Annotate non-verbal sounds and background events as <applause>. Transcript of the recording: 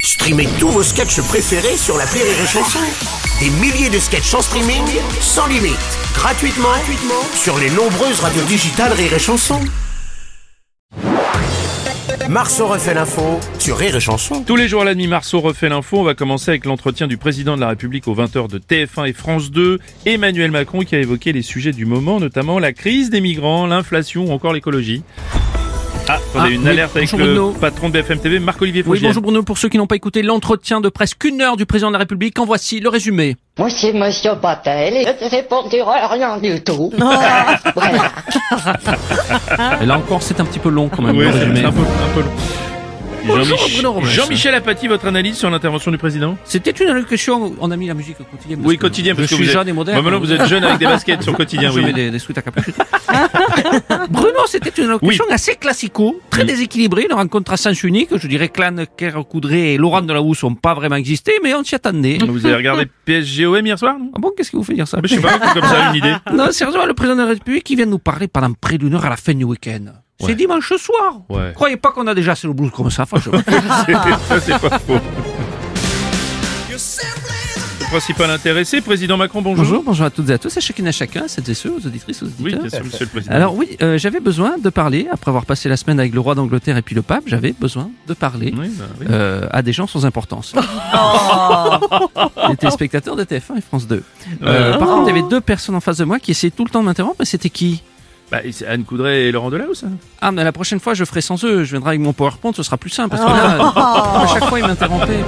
Streamez tous vos sketchs préférés sur la Rire et Chanson. Des milliers de sketchs en streaming, sans limite, gratuitement, gratuitement sur les nombreuses radios digitales Rire et Chanson. Marceau refait l'info sur Rire et Chanson. Tous les jours à la nuit, Marceau refait l'info. On va commencer avec l'entretien du président de la République aux 20h de TF1 et France 2, Emmanuel Macron, qui a évoqué les sujets du moment, notamment la crise des migrants, l'inflation ou encore l'écologie. Ah, attendez, Ah, une oui, alerte avec bonjour le Bruno. patron de BFM TV, Marc-Olivier Oui, Fogiel. bonjour Bruno. Pour ceux qui n'ont pas écouté l'entretien de presque une heure du président de la République, en voici le résumé. Voici Monsieur Patel, et je ne pour dire rien du tout. Voilà. Ah. Et là encore, c'est un petit peu long quand même. Ouais, le c'est résumé. un peu, un peu long. Bonjour, Jean-Mich- Bruno Robles. Jean-Michel Apathy, votre analyse sur l'intervention du président C'était une allocution. On a mis la musique au quotidien. parce Oui, que quotidien, Je parce que suis vous jeune êtes... et moderne. Bah, maintenant, vous êtes jeune avec des baskets sur <laughs> quotidien, Je oui. mets des, des sweats à capuche. <laughs> Bruno, c'était une allocution assez classico, très Oui. déséquilibrée, une rencontre à sens unique. Je dirais que Clan, Coudray et Laurent Delahousse n'ont pas vraiment existé, mais on s'y attendait. Vous avez regardé PSGOM hier soir, non Ah bon, qu'est-ce qui vous fait dire ça Mm. Mais Je sais pas, comme ça, une idée. Non, sérieusement, le président de la République, il vient de nous parler pendant près d'une heure à la fin du week-end. Ouais. C'est dimanche soir. Ouais. Croyez pas qu'on a déjà assez le blues comme ça, <laughs> franchement. Ça, c'est pas faux. Le principal intéressé, président Macron, bonjour. bonjour, bonjour à toutes et à tous, à chacune et à chacun, à celles et ceux, aux auditrices, aux Oui, auditeurs. bien sûr, monsieur le président. Alors oui, euh, j'avais besoin de parler, après avoir passé la semaine avec le roi d'Angleterre et puis le pape, j'avais besoin de parler Oui, bah, oui. euh, à des gens sans <laughs> importance. Les téléspectateurs de TF1 et France 2. Euh, Par contre, il y avait deux personnes en face de moi qui essayaient tout le temps de m'interrompre, mais c'était qui Bah, et c'est Anne Coudray et Laurent Delahousse. hein. Ah, mais la prochaine fois, je ferai sans eux, je viendrai avec mon PowerPoint, ce sera plus simple, parce que là, à chaque fois, ils m'interrompaient.